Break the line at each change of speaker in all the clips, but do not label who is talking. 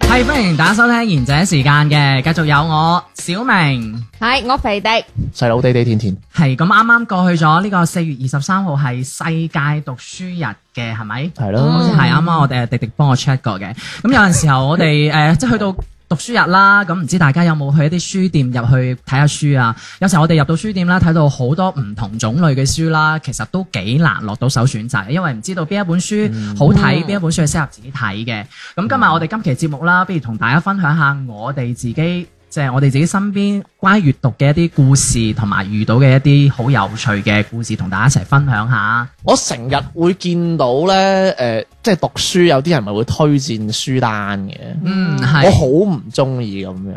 係歡迎大家收聽賢者時間嘅，繼續有我小明。
係我肥迪，
細佬地地天天，
係咁啱啱過去咗呢個四月二十三號係世界讀書日嘅，係咪？
係
好
咯
似，係啱啱我哋係迪迪幫我 check 過嘅。咁有陣時候我 哋誒、呃即係去到讀書日啦，咁唔知大家有冇去一啲書店入去睇下書啊？有時候我哋入到書店啦，睇到好多唔同種類嘅書啦，其實都幾難落到手選擇，因為唔知道邊一本
嗯
書好睇，邊、一本書係適合自己睇嘅。咁今日我哋今期節目啦，不如同大家分享下我哋自己。即係我哋自己身邊關於閱讀嘅一啲故事，同埋遇到嘅一啲好有趣嘅故事，同大家一齊分享下。
我成日會見到咧，誒、即係讀書有啲人咪會推薦書單嘅，
嗯，
我
係，
好唔中意咁樣。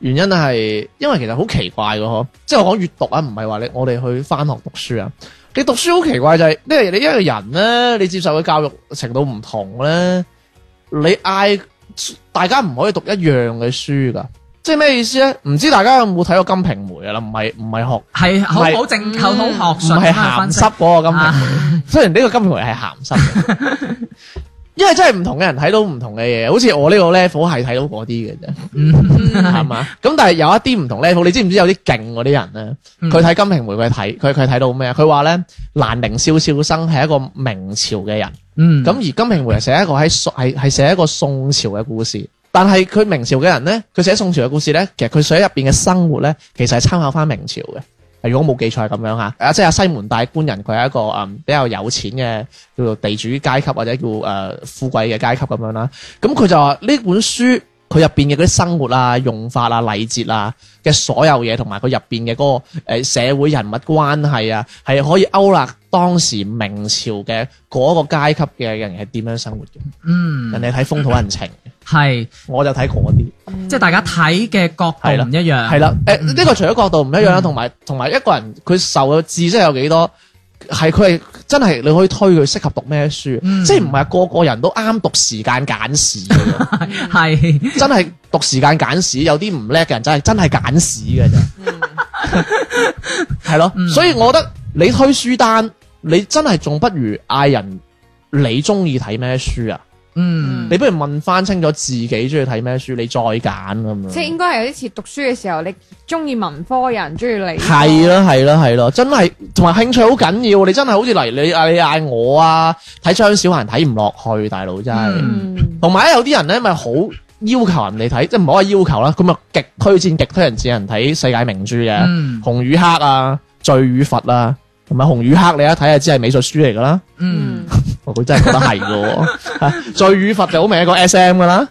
原因係因為其實好奇怪嘅嗬，即係我講閱讀啊，唔係話你我哋去翻學讀書啊。你讀書好奇怪就係、因為你一個人咧，你接受嘅教育程度唔同咧，你嗌大家唔可以讀一樣嘅書㗎。即係咩意思咧？唔知大家有冇睇過《金瓶梅》啊？啦，唔係唔係學
係好
唔係
好正，好好
唔
學術咁
係
樣分
鹹
析啊
濕嗰個金瓶梅，雖然呢個金瓶梅係鹹濕嘅， 因為真係唔同嘅人睇到唔同嘅嘢，好似我呢個 level 係睇到嗰啲嘅啫，
嗯
係嘛？咁但係有一啲唔同 level，你知唔知有啲勁嗰啲人咧？
嗯
佢睇金瓶梅，佢睇佢佢睇到咩？啊佢話咧蘭陵笑笑生係一個明朝嘅人，
嗯，
咁而金瓶梅係寫一個喺宋係係寫一個宋朝嘅故事。但係佢明朝嘅人咧，佢寫宋朝嘅故事咧，其實佢寫入邊嘅生活咧，其實係參考翻明朝嘅。如果我冇記錯係咁樣嚇，啊即係阿西門大官人佢係一個嗯比較有錢嘅叫做地主階級或者叫誒、呃富貴嘅階級咁樣啦。咁佢就話呢本書佢入邊嘅嗰啲生活啊、用法啊、禮節啊嘅所有嘢，同埋佢入邊嘅嗰個、呃、社會人物關係啊，係可以勾勒當時明朝嘅嗰個階級嘅人係點樣生活嘅。
嗯
人哋睇風土人情，
係，
我就睇嗰啲。
即係大家睇嘅角度唔一樣，
係啦，誒呢個除咗角度唔一
嗯
樣啦，同埋同埋一個人佢受嘅知識有幾多，係佢係真係你可以推佢適合讀咩書，
嗯
即係唔係個個人都啱讀時間簡史嘅 喎，
係
真係讀時間簡史，有啲唔叻嘅人真係真係簡史嘅啫，
嗯
係咯，所以我覺得你推書單，你真係仲不如嗌人你中意睇咩書啊？
嗯
你不如問翻清楚自己中意睇咩書，你再揀咁樣。
即係應該係有啲似讀書嘅時候，你中意文科人，中意理科
係咯，係咯，係咯，真係同埋興趣好緊要，你真係好似嚟你嗌你嗌我啊，睇張小嫻睇唔落去，大佬真係。
嗯
同埋咧，有啲人咧咪好要求人哋睇，即係唔好話要求啦，佢咪極推薦、極推人薦人睇世界名著嘅《
嗯
紅與黑》啊，《罪與罰》啊，同埋《紅與黑》，你一睇就知係美術書嚟㗎啦。
嗯，
我哦佢真係覺得係 嘅喎啊，罪與罰就好明一個 S.M. 㗎啦，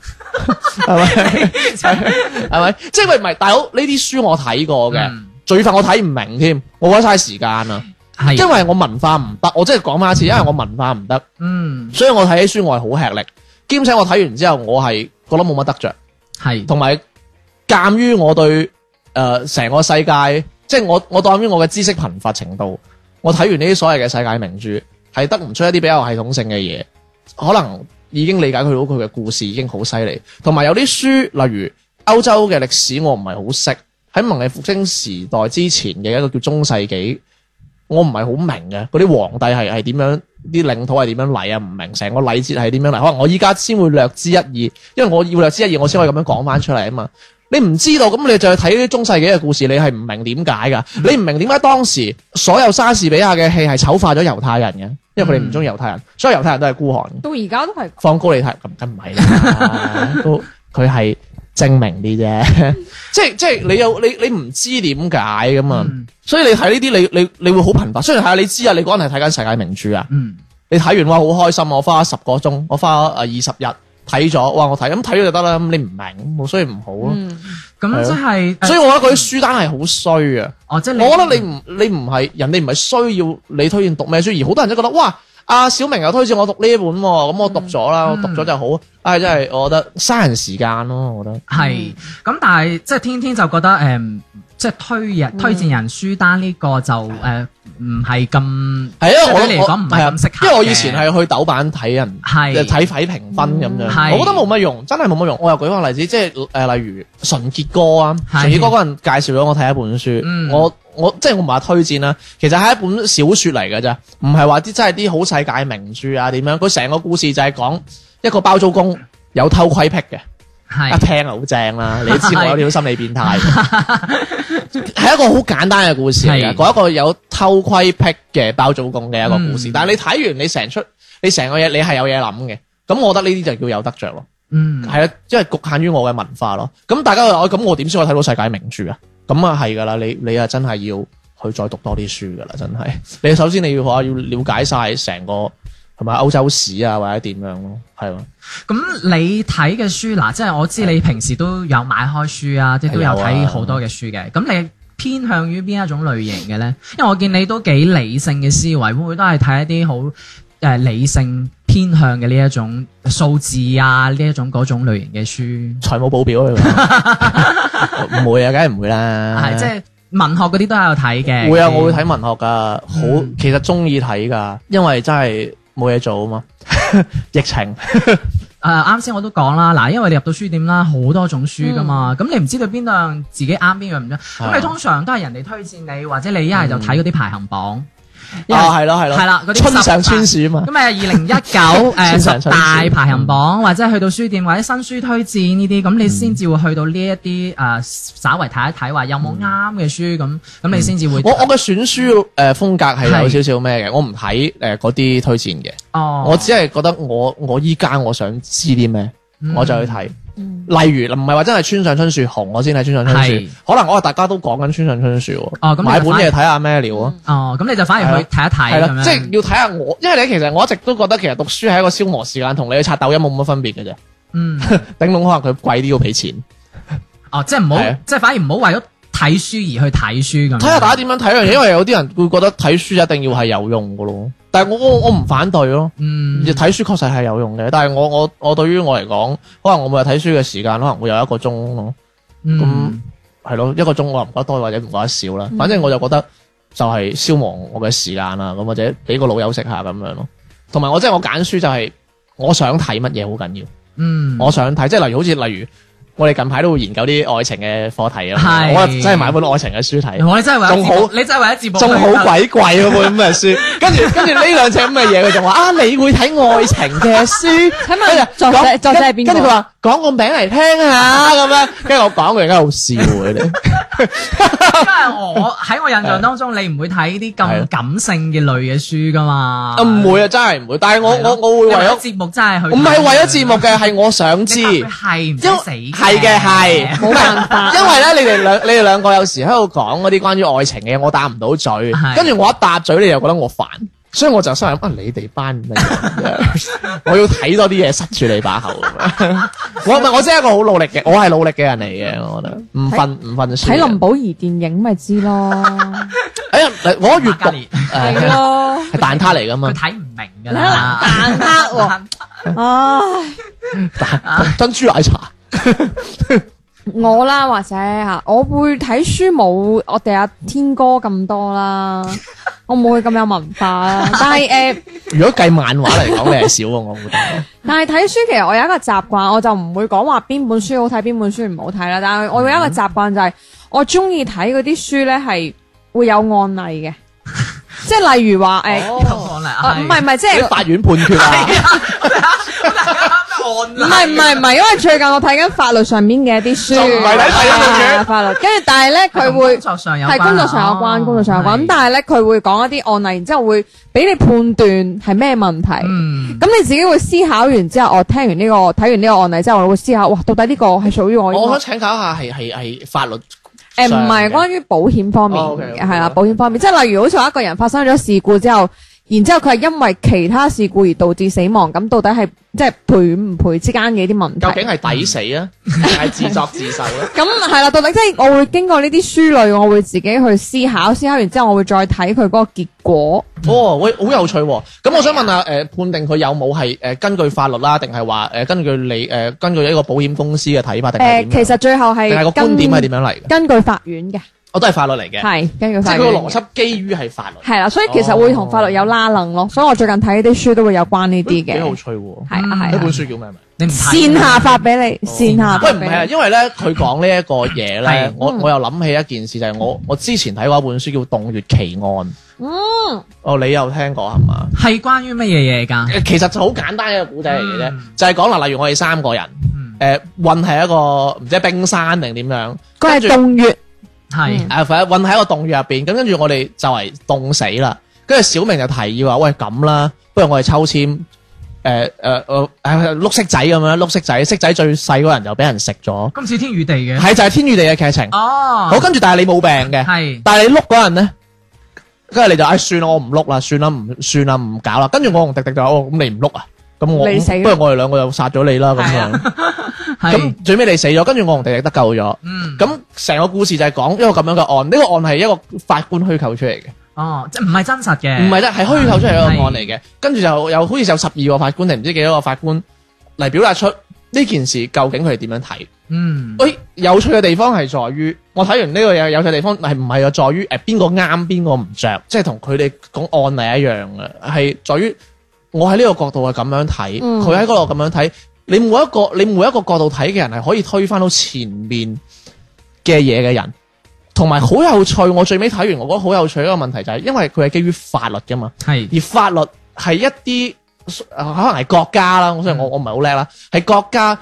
係咪？ 係咪？即係喂，唔係大佬呢啲書我睇過嘅，
嗯
罪與罰我睇唔明添，我覺得嘥時間啊，
係，
因為我文化唔得，我哦真係講翻一次，因為我文化唔得，
嗯
所以我睇起書我係好吃力，兼且我睇完之後我係覺得冇乜得着，
係，
同埋鑑於我對誒成、個世界，即係我我鑑於我嘅知識貧乏程度，我睇完呢啲所謂嘅世界名著，係得唔出一啲比較系統性嘅嘢，可能已經理解佢到佢嘅故事已經好犀利，同埋有啲書，例如歐洲嘅歷史，我唔係好識，喺文藝復興時代之前嘅一個叫中世紀。我唔係好明嘅，嗰啲皇帝係係點樣，啲領土係點樣嚟啊？唔明成個禮節係點樣嚟？可能我依家先會略知一二，因為我要略知一二，我先可以咁樣講翻出嚟啊嘛。你唔知道，咁你就去睇啲中世紀嘅故事，你係唔明點解㗎？你唔明點解當時所有莎士比亞嘅戲係醜化咗猶太人嘅，因為佢哋唔中意猶太人，所以猶太人都係孤寒嘅。
到而家都係
放高利貸咁梗唔係啦， 都佢係精明啲啫，即係即係你有你你唔知點解噶嘛，
嗯
所以你睇呢啲你你你會好頻繁。雖然係啊你知啊，你嗰陣係睇緊世界名著啊，
嗯
你睇完哇好開心，我花呃咗十個鐘，我花咗誒二十日睇咗，哇我睇咁睇咗就得啦，咁你唔明，冇所以唔好咯。啊
嗯
係
咁
咯
即係，呃
所以我覺得嗰啲書單係好衰啊！
哦，即係
我覺得你唔你唔係人哋唔係需要你推薦讀咩書，而好多人都覺得哇，阿小明又推薦我讀呢一本喎，咁我讀咗啦，我
嗯
讀咗就好。唉，真係我覺得嘥人時間咯，我覺得。
係咁，但係即係天天就覺得誒，嗯即係推人推薦人書單呢個就誒唔係咁
係因為
即係啊
我
對你嚟講唔係咁
係
適
啊
合
因為我以前係去豆瓣睇人。
係
睇睇評分咁
嗯
樣，
係
我覺得冇乜用，真係冇乜用。我又舉個例子，即係誒，例如純潔哥啊，
係
純潔哥嗰陣介紹咗我睇一本書，
嗯
我我即係我唔係話推薦啦，其實係一本小説嚟嘅咋，唔係話啲真係啲好世界名著啊點樣。佢成個故事就係講一個包租公有偷窺癖嘅。一
係
聽啊好正啦，你都知我有啲心理變態，係一個好簡單嘅故事嚟嘅，
係
講一個有偷窺癖嘅包租公嘅一個故事。
嗯
但係你睇完你成出，你成個嘢你係有嘢諗嘅，咁我覺得呢啲就叫有得着咯，
嗯
係啊，因為局限於我嘅文化咯。咁大家話哦咁我點先可以睇到世界名著啊？咁啊係㗎啦，你你啊真係要去再讀多啲書㗎啦，真係。你首先你要啊話要了解晒成個同埋歐洲史啊，或者點樣咯，係咯。
咁你睇嘅書嗱，即係我知你平時都有買開書啊，即係都有
有
睇
啊
好多嘅書嘅。咁你偏向於邊一種類型嘅咧？因為我見你都幾理性嘅思維，會唔會都係睇一啲好誒理性偏向嘅呢一種數字啊，呢一種嗰種類型嘅書？
財務報表 佢話唔會啊，梗係唔會啦。
係即係文學嗰啲都有睇嘅。
會啊，
嗰啲
我會睇文學噶，好
嗯
其實中意睇噶，因為真係冇嘢做 啊嘛，疫情
誒啱先我都講啦，嗱，因為你入到書店啦，好多種書噶嘛，
嗯
咁、你唔知道邊樣自己啱邊樣唔啱，咁
啊
你通常都係人哋推薦你，或者你一係就睇嗰啲排行榜，一係
啊係咯係咯，
係啦嗰啲
春
十
上
大
春樹啊嘛，
咁誒，二零一 九誒
先上
十
嗯新書
大排行榜，或者去到書店或者新書推薦呢啲，咁你先至會去到呢一啲
嗯
誒，稍為睇一睇話有冇啱嘅書咁，咁你先至會
嗯我我嘅選書誒風格係
係
有少少咩嘅，我唔睇誒嗰啲推薦嘅，
哦，
我只係覺得我我依家我想知啲咩，
嗯
我就去睇。
嗯
例如唔係話真係村上春樹紅，我先睇村上春
係
樹，可能哦我大家都講緊村上春樹
哦
喎，
咁
買
你
本
就
嘢睇下咩料啊。
哦，咁你就反而去睇一
係
睇咁樣，
啦，即係要睇下我，因為你其實我一直都覺得其實讀書係一個消磨時間，同你去刷抖音冇乜分別嘅啫。
嗯，
頂籠可能佢貴啲要俾錢，
哦，即係唔好
係啊，
即係反而唔好為咗睇書而去睇書咁樣。
睇下大家點樣睇樣嘢，因為有啲人會覺得睇書一定要係有用嘅咯。但係我我我唔反對咯，
嗯
睇書確實係有用嘅。但係我我我對於我嚟講，可能我每日睇書嘅時間可能會有一個鐘咯，
嗯
係咯，一個鐘我又唔覺得多或者唔覺得少啦。反正我就覺得就係消磨我嘅時間啊啦，咁或者俾個老友食下咁樣咯。同埋我即係我揀書就係我想睇乜嘢好緊要。
嗯，
我想睇，即係例如好似例如我哋近排都會研究啲愛情嘅課題啊，
係
我真係買本愛情嘅書睇，
我哋真係為咗
仲好
節目你真係為咗節目
仲好
去
鬼貴嗰本咁嘅書，跟住跟住呢兩隻咁嘅嘢，佢就話啊，你會睇愛情嘅書，
請問
跟住
啊作者
講
作者係
哎跟
邊個
跟住佢話講個名嚟聽下咁樣，跟住我講佢而家好笑 嘅你，
因為我喺我印象當中，你唔會睇啲
係
咁
啊
感性嘅類嘅書噶嘛？
啊唔會啊，真係唔會，但係我
係咯
我我會為
你
咗
節目真係去，
唔係為咗節目嘅，係我想知。
你答佢係唔使死
因係嘅係，冇辦法。 因為咧，你哋兩你哋兩個有時喺度講嗰啲關於愛情嘅嘢，我答唔到嘴，
係
跟住我一答嘴，你又覺得我煩，所以我就心諗啊，你哋班咩人？ 我要睇多啲嘢塞住你把口咁樣。 我唔係，我真係一個好努力嘅，我係努力嘅人嚟嘅，我覺得唔瞓唔瞓書嘅。
睇林保怡電影咪知咯，
哎呀，我
瑪
閱讀
嘉烈
誒
係咯，
係啊蛋撻嚟噶嘛
佢，睇唔明噶啦，
蛋撻喎，唉。
珍珠奶茶。
我啦，或者吓，我會睇書冇我哋阿天哥咁多啦，我冇佢咁有文化啦。但係诶、呃
如果計漫畫嚟講，你係少啊，我覺得。
但係睇書其實我有一個習慣，我就唔會講話邊本書好睇，邊本書唔好睇啦。但係我有一個習慣就係、我中意睇嗰啲書咧係會有案例嘅，即係例如話诶，
有
哦
可能
啊
係
唔係唔係，即 係
啲法院判決啊。
唔係唔係唔係，因為最近我睇緊法律上面嘅一啲書，
就唔係睇法律嘅嘢
係啊法律，跟住但係咧佢
同
會
工。作上有
係
關啊
工作上有關，工作上有關。咁
係
但係咧，佢會講一啲案例，然之後會俾你判斷係咩問題。咁、
嗯，
你自己會思考完之後，我聽完呢、個睇完呢個案例之後，我會思考，哇，到底呢個係屬於我應該？
我想請教一下，係係係法律
誒唔係
上嘅
關於保險方面
哦，OK，OK
係啦，保險方面，即係例如好似話一個人發生咗事故之後，然之後佢係因為其他事故而導致死亡，咁到底係即係賠唔賠之間嘅啲問
究
題？
竟係抵死啊，定係自作自受咧？
咁係啦，到底即係我會經過呢啲書類，我會自己去思考，思考完之後我會再睇佢嗰個結果。
哦，喂，好有趣喎、咁我想問下，誒、判定佢有冇係誒根據法律啦，定係話誒根據你誒、呃根據一個保險公司嘅睇法定
誒、
係點樣？
呃其實最後
定係
係
個觀
根
點係點樣嚟嘅？
根據法院嘅，
我都係法律嚟嘅，
係根據
即
法
係佢
院
個
嘅。
邏輯基於係法律，
係啦，所以其實會同法律有拉楞咯，所以我最近睇啲書都會有關呢啲
咦嗯幾
嘅，
有趣喎、
係啊
呢
係
本
啊，
書叫咩名？
你唔睇
線下發俾你，線下
喂，
發
唔
俾
係啊，
你，
因為咧佢講呢一個嘢咧
係，
我
嗯
我又諗起一件事，就係、我我之前睇過一本書叫《洞穴奇案》。
嗯，啊
哦，你有聽過係嘛？
係關於乜嘢嘢㗎？
誒其實就好簡單一個古仔嚟嘅啫，
嗯
就係講嗱，例如我哋三個人，誒、
嗯，
運係一個唔知冰山定點樣，
佢
跟住
係洞穴，
係
誒，反正混喺一個洞穴入邊，咁跟住我哋就嚟凍死啦。跟住小明就提議話：喂，咁啦，不如我哋抽籤，誒誒誒，誒碌色仔咁樣，碌色仔，色仔最細嗰人就俾人食咗，
今次天與地嘅。
嗯
係就係天與地嘅劇
啊
情。
哦，
好，跟住但係你冇病嘅，
係
但係你碌嗰人咧，跟住你就唉算啦，我唔碌啦，算啦，唔算啦，唔搞啦。跟住我同迪迪就話哦，咁你唔碌啊？咁我
你死啦啊
不如我哋兩個就殺咗你啦咁
係
樣。
係
咁最尾你死咗，跟住我同迪迪得救咗。
嗯
咁成個故事就係講一個咁樣嘅案，呢、個案係一個法官虛構出嚟嘅，
哦，即係唔係真實嘅，
唔係咧係虛構出嚟一個案嚟嘅。跟住就有好似有十二個法官定唔知幾多個法官嚟表達出呢件事究竟佢哋點樣睇。
嗯
喂、有趣嘅地方係在於，我睇完呢個有有趣嘅地方係唔係啊？在於誒邊個啱邊個唔着，即係同佢哋講案例一樣嘅，係在於我喺呢個角度係咁樣睇，
嗯
佢喺嗰度咁樣睇。你每一個你每一個角度睇嘅人係可以推翻到前面嘅嘢嘅人，同埋好有趣。我最尾睇完，我覺得好有趣一個問題就係、因為佢係基於法律噶嘛。
係
而法律係一啲呃可能係國家啦，
嗯
所以我我唔係好叻啦，係國家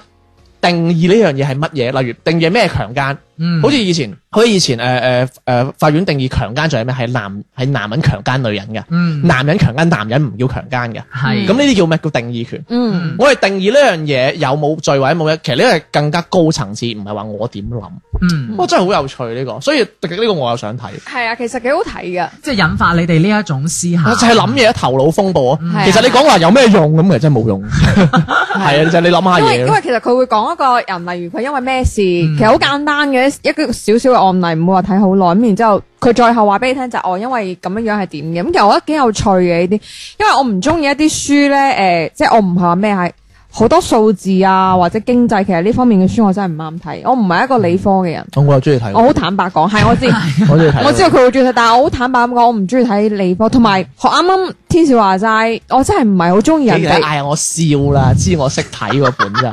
定義呢樣嘢係乜嘢？例如定義咩強姦，
嗯，
好似以前，好似以前誒誒誒，法院定義強姦罪係咩？係男係男人強姦女人嘅，
嗯
男人強姦男人唔叫強姦嘅，
係
咁呢啲叫咩？叫定義權。
嗯
我哋定義呢樣嘢有冇罪或者冇咧，其實呢個係更加高層次，唔係話我點諗。
嗯，
哇，真係好有趣呢、個，所以迪迪呢個我又想睇，
係啊，其實幾好睇嘅，
即係引發你哋呢一種思考，
就係諗嘢頭腦風暴啊！
嗯
係啊
其實你講話有咩用咁，其實真係 冇用。係啊，就係你諗下
因為因
嘢。
為其實佢會講一個人，例如佢因為咩事，
嗯
其實好簡單嘅一個少少嘅案例，唔會話睇好耐。咁然之後，佢最後話俾你聽就哦，因為咁樣樣係點嘅。咁其實我覺得幾有趣嘅呢啲，因為我唔中意一啲書咧，誒、即係我唔係話咩係好多數字啊或者經濟，其實呢方面嘅書我真係唔啱睇。我唔係一個理科嘅人，
我又中意睇
我好坦白講，係我知。
我中意睇
我知道佢會中意睇，但係我好坦白咁講，我唔中意睇理科，同埋學啱啱天使話齋，我真係唔係好中意人
你
哋。
嗌我笑啦，知我識睇嗰本就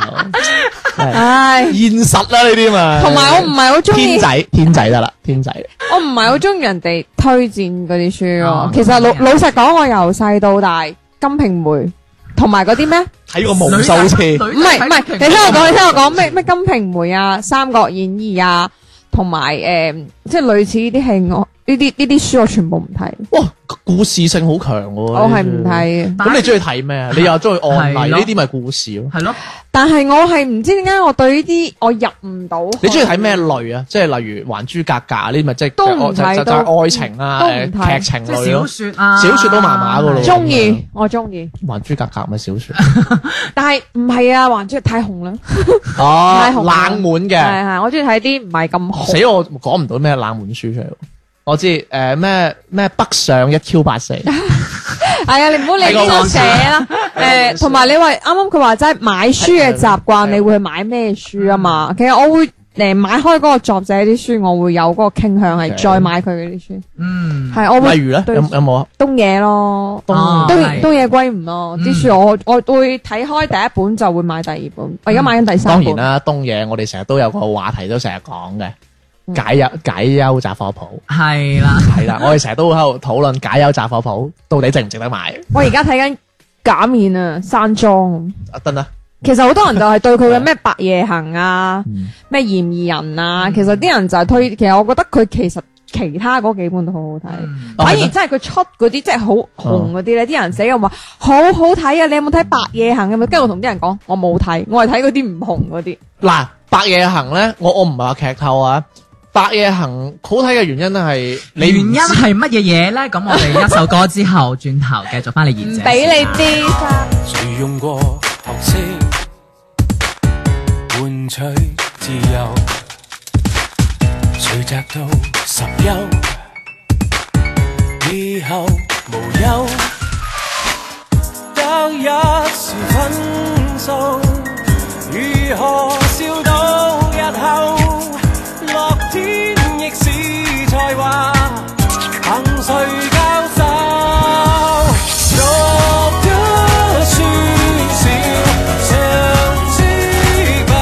係
唉，
現實啦呢啲嘛。
同埋我唔係好中
天
意，
仔，天仔得啦，天仔。
我唔係好中意人哋推薦嗰啲書咯
哦。
其實老
嗯
老實講，我由細到大，《金瓶梅》同埋嗰啲咩，唔
睇過無數次，
女仔
係唔係，你聽我講，你聽我講咩咩《金瓶梅》啊，《三國演義》啊，同埋誒，即係類似呢啲戲，我呢啲呢啲書我全部唔睇，
哇！故事性好強喎。
我係唔睇。嘅。
咁你中意 睇咩？你又中意案
係
例呢
咯
啲咪故事咯？
係咯，
但係我係唔知點解我對呢啲我入唔到去。
你中意睇咩類啊？即係例如《還珠格格》呢啲咪即係
都唔
就
睇
就
都
就係愛情啊、
都唔
誒
睇
劇情
即係
類
小。
咯
說啊，
小說都麻麻㗎咯
中意，我中意，
《還珠格格》咪小說。
但係唔係啊，還珠太紅啦，
哦，
太紅啦
冷門
係
嘅，
係，我中意睇啲唔係咁紅。
死我講唔到咩冷門書出嚟喎。我知誒咩咩北上一 Q 八四，
係啊，你唔好理
睇過
呢個
王子
寫啦。誒，同埋你話啱啱佢話齋買書嘅習慣，你會去買咩書啊嘛？其實我會誒買開嗰個作者啲書，我會有嗰個傾向
Okay
係再買佢嗰啲書。
嗯，
係我
例
會
如咧有
對
有冇啊？
東野咯，
哦
東
係
野東野圭吾咯，
嗯
啲書我我會睇開第一本就會買第二本，我而家買緊第
當
三
然
本。
啦，東野我哋成日都有個話題都成日講嘅
嗯
解憂解憂雜貨鋪
係啦，
係啦，我哋成日都喺度討論解憂雜貨鋪到底值唔值得買。
我而家睇緊假面啊，山莊。
啊，得啦，
其實好多人就係對佢嘅咩白夜行啊
嗯，
咩嫌疑人啊，
嗯
其實啲人就係推，其實我覺得佢其實其他嗰幾本都好好睇。
嗯
哦
反而
係咩
真係佢出嗰啲即係好紅嗰啲咧，啲人死咁話好好睇啊！你有冇睇《白夜行》咁樣？跟住我同啲人講，我冇睇，我係睇嗰啲唔紅嗰啲。
嗱，白夜行咧，我我唔係話劇透啊，白夜行好睇嘅原因咧系你
原
唔
因
知
係乜嘢嘢咧？咁我哋一首歌之後，轉頭繼續翻嚟
唔
嗯
現者
俾
先
你
啦
啲
啊
花
谁用過學識換取自由？誰摘到十優？以後無憂，得一時分數，如何笑到日後？樂天亦是才華，憑誰交手？讀得書少，常知不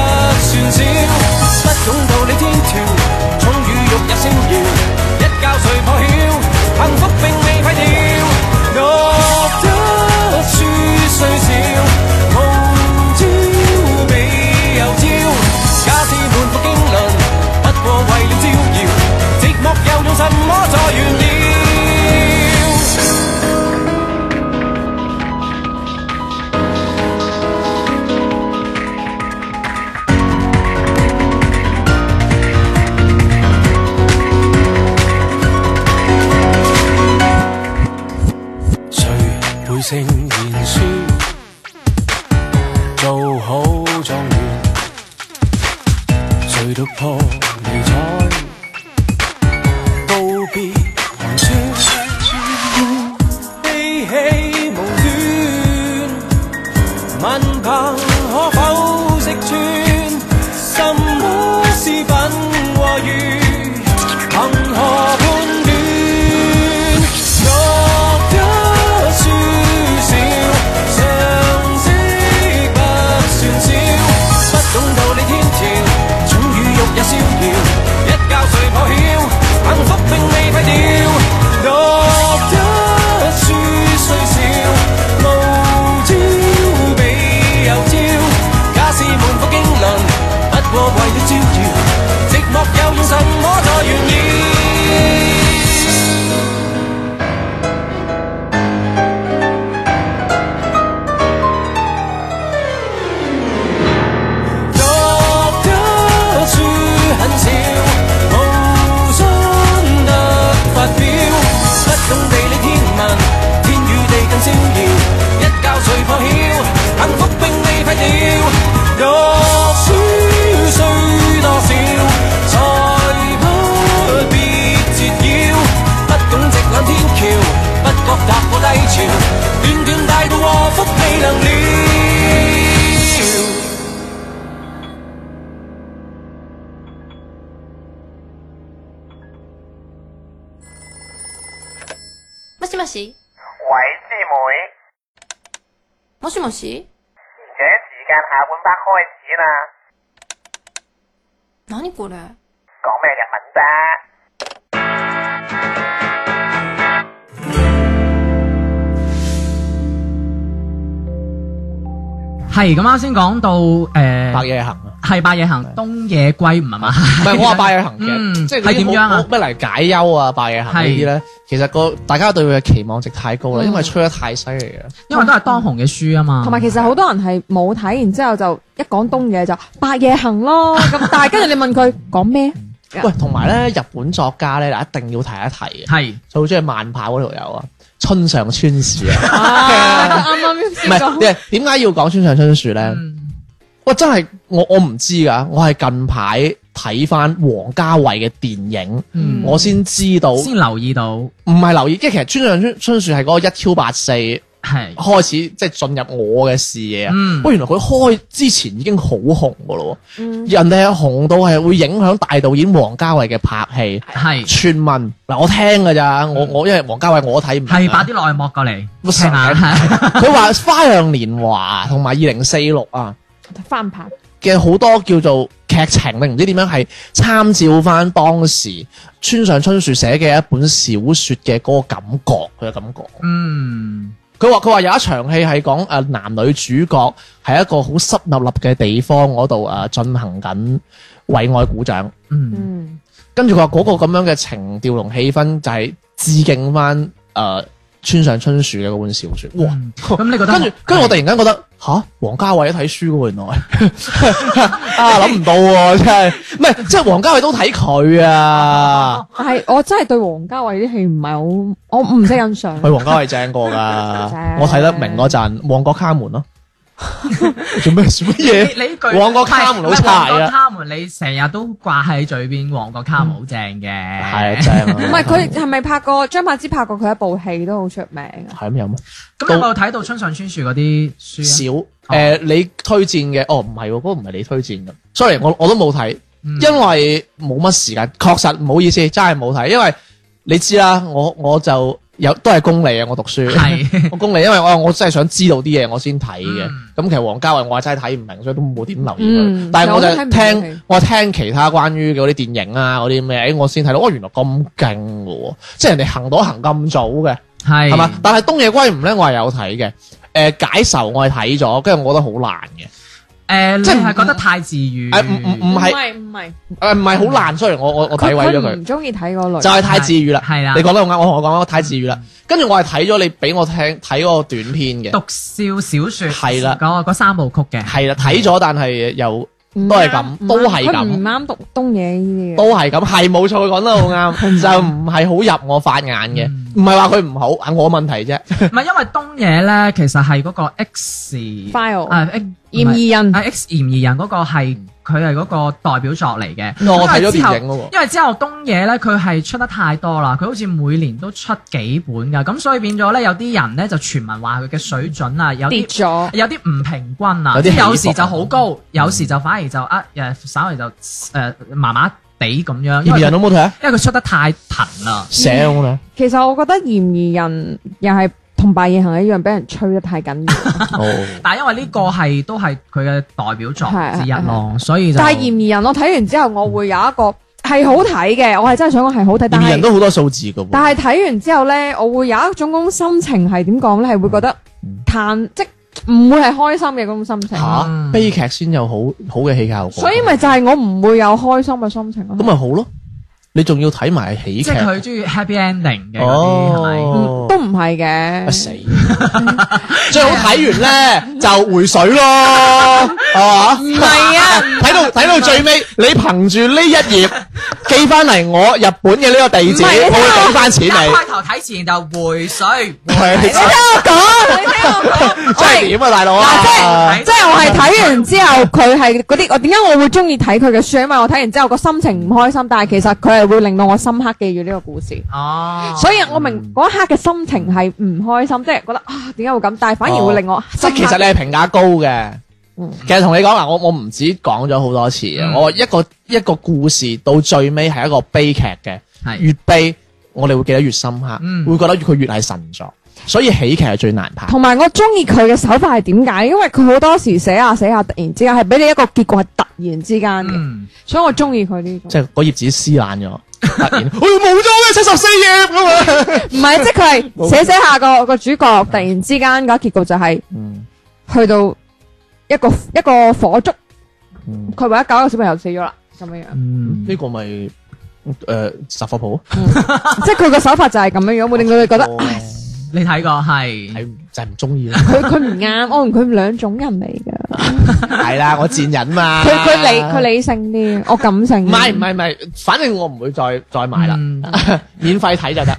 算少，不懂道理天條，寵與欲也逍遙，一教誰破曉？幸福並未廢掉，我得輸雖少，無招比有招。假使滿腹經綸，不過為了招搖，寂寞又用什麼再炫耀？谁会勝言輸？做好狀元，誰讀破尼采，告別寒酸，悲喜無端，文憑可否識穿？什麼是品和愚？憑何判斷？覺得輸少，常識不算少，不懂道理天條，寵與欲也逍遙，一教誰破曉，幸福並未廢掉。覺得輸雖少，無招比有招，假使滿腹經綸，不過為了招搖，寂寞又要什麼再炫耀？覺得輸很少，無心得發表，不懂地理天文，天與地更逍遙，一覺誰破曉，幸福並未廢掉。讀書需多少，才不必折腰，不懂直攬天橋，不覺踏過低潮，段段大道禍福未能料。
もしもし
喂，師妹，
もしもし
而且時間下半 part 開始啦，
何これ
講咩日文啫？
係咁啱先講到诶，
白夜行啊。
系白夜行，東野圭吾係嘛？
唔係我話拜夜行嘅，
嗯
即係
係點樣啊
咩嚟解憂啊？拜夜行呢啲咧，其實個大家對佢嘅期望值太高
嗯
啦，因為吹得太犀利啦。
因為都係當紅嘅書啊嘛。
同埋其實好多人係冇睇，然之後就一講東野就白夜行咯。咁但係跟住你問佢講咩？
喂，同埋咧，日本作家咧，嗱一定要提一提嘅，
係
就好中意慢跑嗰條友啊，春上春樹啊，
啊啱啱
唔
先
係
講，
點解要講村上春樹
嗯
咧？哇，真係我我唔知㗎，我係近排睇翻王家衛嘅電影，
嗯
我先知道，唔
先留意到
係留意，即係其實村上春春樹係嗰個一 Q 八四。
係
開始即係進入我嘅視野啊！
嗯
喂，原來佢開之前已經好紅噶咯喎，人哋係紅到係會影響大導演王家衛嘅拍戲。
係
傳聞嗱，我聽㗎咋，我我因為王家衛我睇唔明啊
係擺啲內幕過 嚟
乜
聽下。係
佢話《花樣年華》同埋《二零四六》啊
翻拍
嘅好多叫做劇情，你唔知點樣係參照翻當時村上春樹寫嘅一本小説嘅嗰個感覺，佢嘅感覺。
嗯
佢話佢話有一場戲係講誒呃男女主角喺一個好濕立立嘅地方嗰度誒進行緊為愛鼓掌，
嗯
嗯
跟住佢話嗰個咁樣嘅情調同氣氛就係致呃敬翻誒村上春樹嘅嗰本小説。哇！
咁你覺得
跟住跟住我突然間覺得吓，王家衛都睇書嘅喎，原來啊諗唔到喎，真係唔係即係王家衛都睇佢啊，
但系我真系对王家卫啲戏唔系好，我唔识欣赏。
喂，王家衛正過㗎
正，
我睇得明嗰陣《旺角卡門》咯，做咩做乜嘢？
你你句
旺角卡門好柴啊
唔係旺角卡門你成日都掛喺嘴邊，旺角卡門好正嘅。
係正啊，
唔系佢系咪拍过张柏芝拍过佢一部戏都好出名啊？
係咁有咩？
咁有冇睇到村上春樹嗰啲書啊？
少誒，你推薦嘅哦，唔係喎，嗰個唔係你推薦嘅，sorry，我我都冇睇。
嗯
因為冇乜時間，確實唔好意思，真係冇睇。因為你知啦，我我就有都係功利啊，我讀書。
係
我功利，因為我我真係想知道啲嘢，我先睇嘅。咁、
嗯
其實王家衞我係真係睇唔明，所以都冇點留意佢。
嗯
但係我
我都睇
就
唔明佢
聽我聽其他關於嗰啲電影啊嗰啲咩，誒我先睇到，哦原來咁勁嘅喎，即係人哋行到行咁早嘅。
係
係嘛？但係東野圭吾咧，我係有睇嘅。誒、解愁我係睇咗，跟住我覺得好難嘅。
誒，你
即係唔
係覺得太自愈？
誒唔唔唔係
唔系，
誒唔係好難，雖然我我我
佢
詆毀咗
佢唔
佢，
中意睇嗰类。
就係太治愈啦。
係啊啦
你。講得好啱，我同我講我太治愈啦。跟住我係睇咗你俾我聽睇嗰個短片嘅，
讀笑小說
係啦
嗰嗰三部曲嘅，
係啦睇咗，但係又
唔啱
都係咁都係咁
佢唔啱讀東野呢啲嘅。
都係咁，係冇錯，佢講得好啱， 就唔係好入我法眼嘅，
嗯
唔係話佢唔好，係我問 題啫。
唔係因為東野咧，其實係嗰個 X
File
啊 X
嫌疑人
啊 X 嫌疑人嗰個係佢係嗰個代表作嚟嘅。
我嗯哦睇
因為
咗
之後
電影嗰個
因為之後東野咧，佢係出得太多啦，佢好似每年都出幾本㗎，咁所以變咗咧，有啲人咧就傳聞話佢嘅水準啊，有
跌
啲
咗，
有啲唔平均啊，
有啲
即係有
起伏嗯
時就好高，有時就反而就啊誒，稍微就誒麻麻地咁樣，因
葉
為佢
人有冇睇 啊？
因為佢出得太頻啦。
寫啊咁樣，
其實我覺得嫌疑人又係同白夜行一樣，俾人吹得太緊要。
哦，
但係因為呢個係都係佢嘅代表作之一
係
咯，所以就
但係嫌疑人，我睇完之後，我會有一個係好睇嘅，我係真係想講係好睇，但
葉人
係
都好多數字㗎
但
喎，
係睇完之後咧，我會有一種嗰種心情係點講咧，係會覺得嘆，即唔會係開心嘅嗰種心情。
嚇悲劇先有好好嘅戲劇效果。
所以咪就係我唔會有開心嘅心情
咁啊
咯，
咪好咯。你仲要睇埋喜劇
即，係佢中意 happy ending 嘅嗰啲係咪？
哦，
嗯都唔係嘅
啊。死！最好睇完咧就回水咯，係嘛？唔
係啊，
睇到睇到最尾，你憑住呢一頁寄翻嚟我日本嘅呢個地址，
唔係你
我
聽
會俾翻錢
一
你。
開頭睇前就回水，
係 真係點啊，大佬啊！
即係我係睇完之後，佢係嗰啲我點解我會中意睇佢嘅書？因為我睇完之後個心情唔開心，但係其實佢係會令到我深刻記住呢個故事。
啊
哦，
所以我明嗰一刻嘅心情係唔開心，即係覺得啊點解會咁，但係反而會令我
哦即係其實你係評價高嘅。其實同你講嗱，我我唔止講咗好多次嘅，
嗯
我話一個一個故事到最尾係一個悲劇嘅，
係
越悲我哋會記得越深刻，
嗯
會覺得佢越係神作，所以喜劇係最難拍。
同埋我中意佢嘅手法係點解？因為佢好多時寫下寫下，突然之間係俾你一個結果係突然之間嘅，
嗯，
所以我中意佢呢種。
即係嗰頁紙撕爛咗，突然，哎呀冇咗嘅七十四頁咁啊！
唔係，即係佢係寫寫下個個主角突然之間嗰結局就係、
嗯
去到一個一個火燭，
嗯
佢為咗搞個小朋友死咗啦，咁 樣樣，
嗯
呢個咪誒雜貨鋪
即係佢個手法就係咁樣樣，會令到你 覺得
哦
唉
你睇過係
睇唔就係唔中意 啦，
佢佢唔啱，我同佢兩種人嚟㗎，
係啦，我賤人嘛。
佢佢理佢理性啲，我感性啲。
唔係唔係唔係，反正我唔會再再買啦，
嗯
免費睇就得。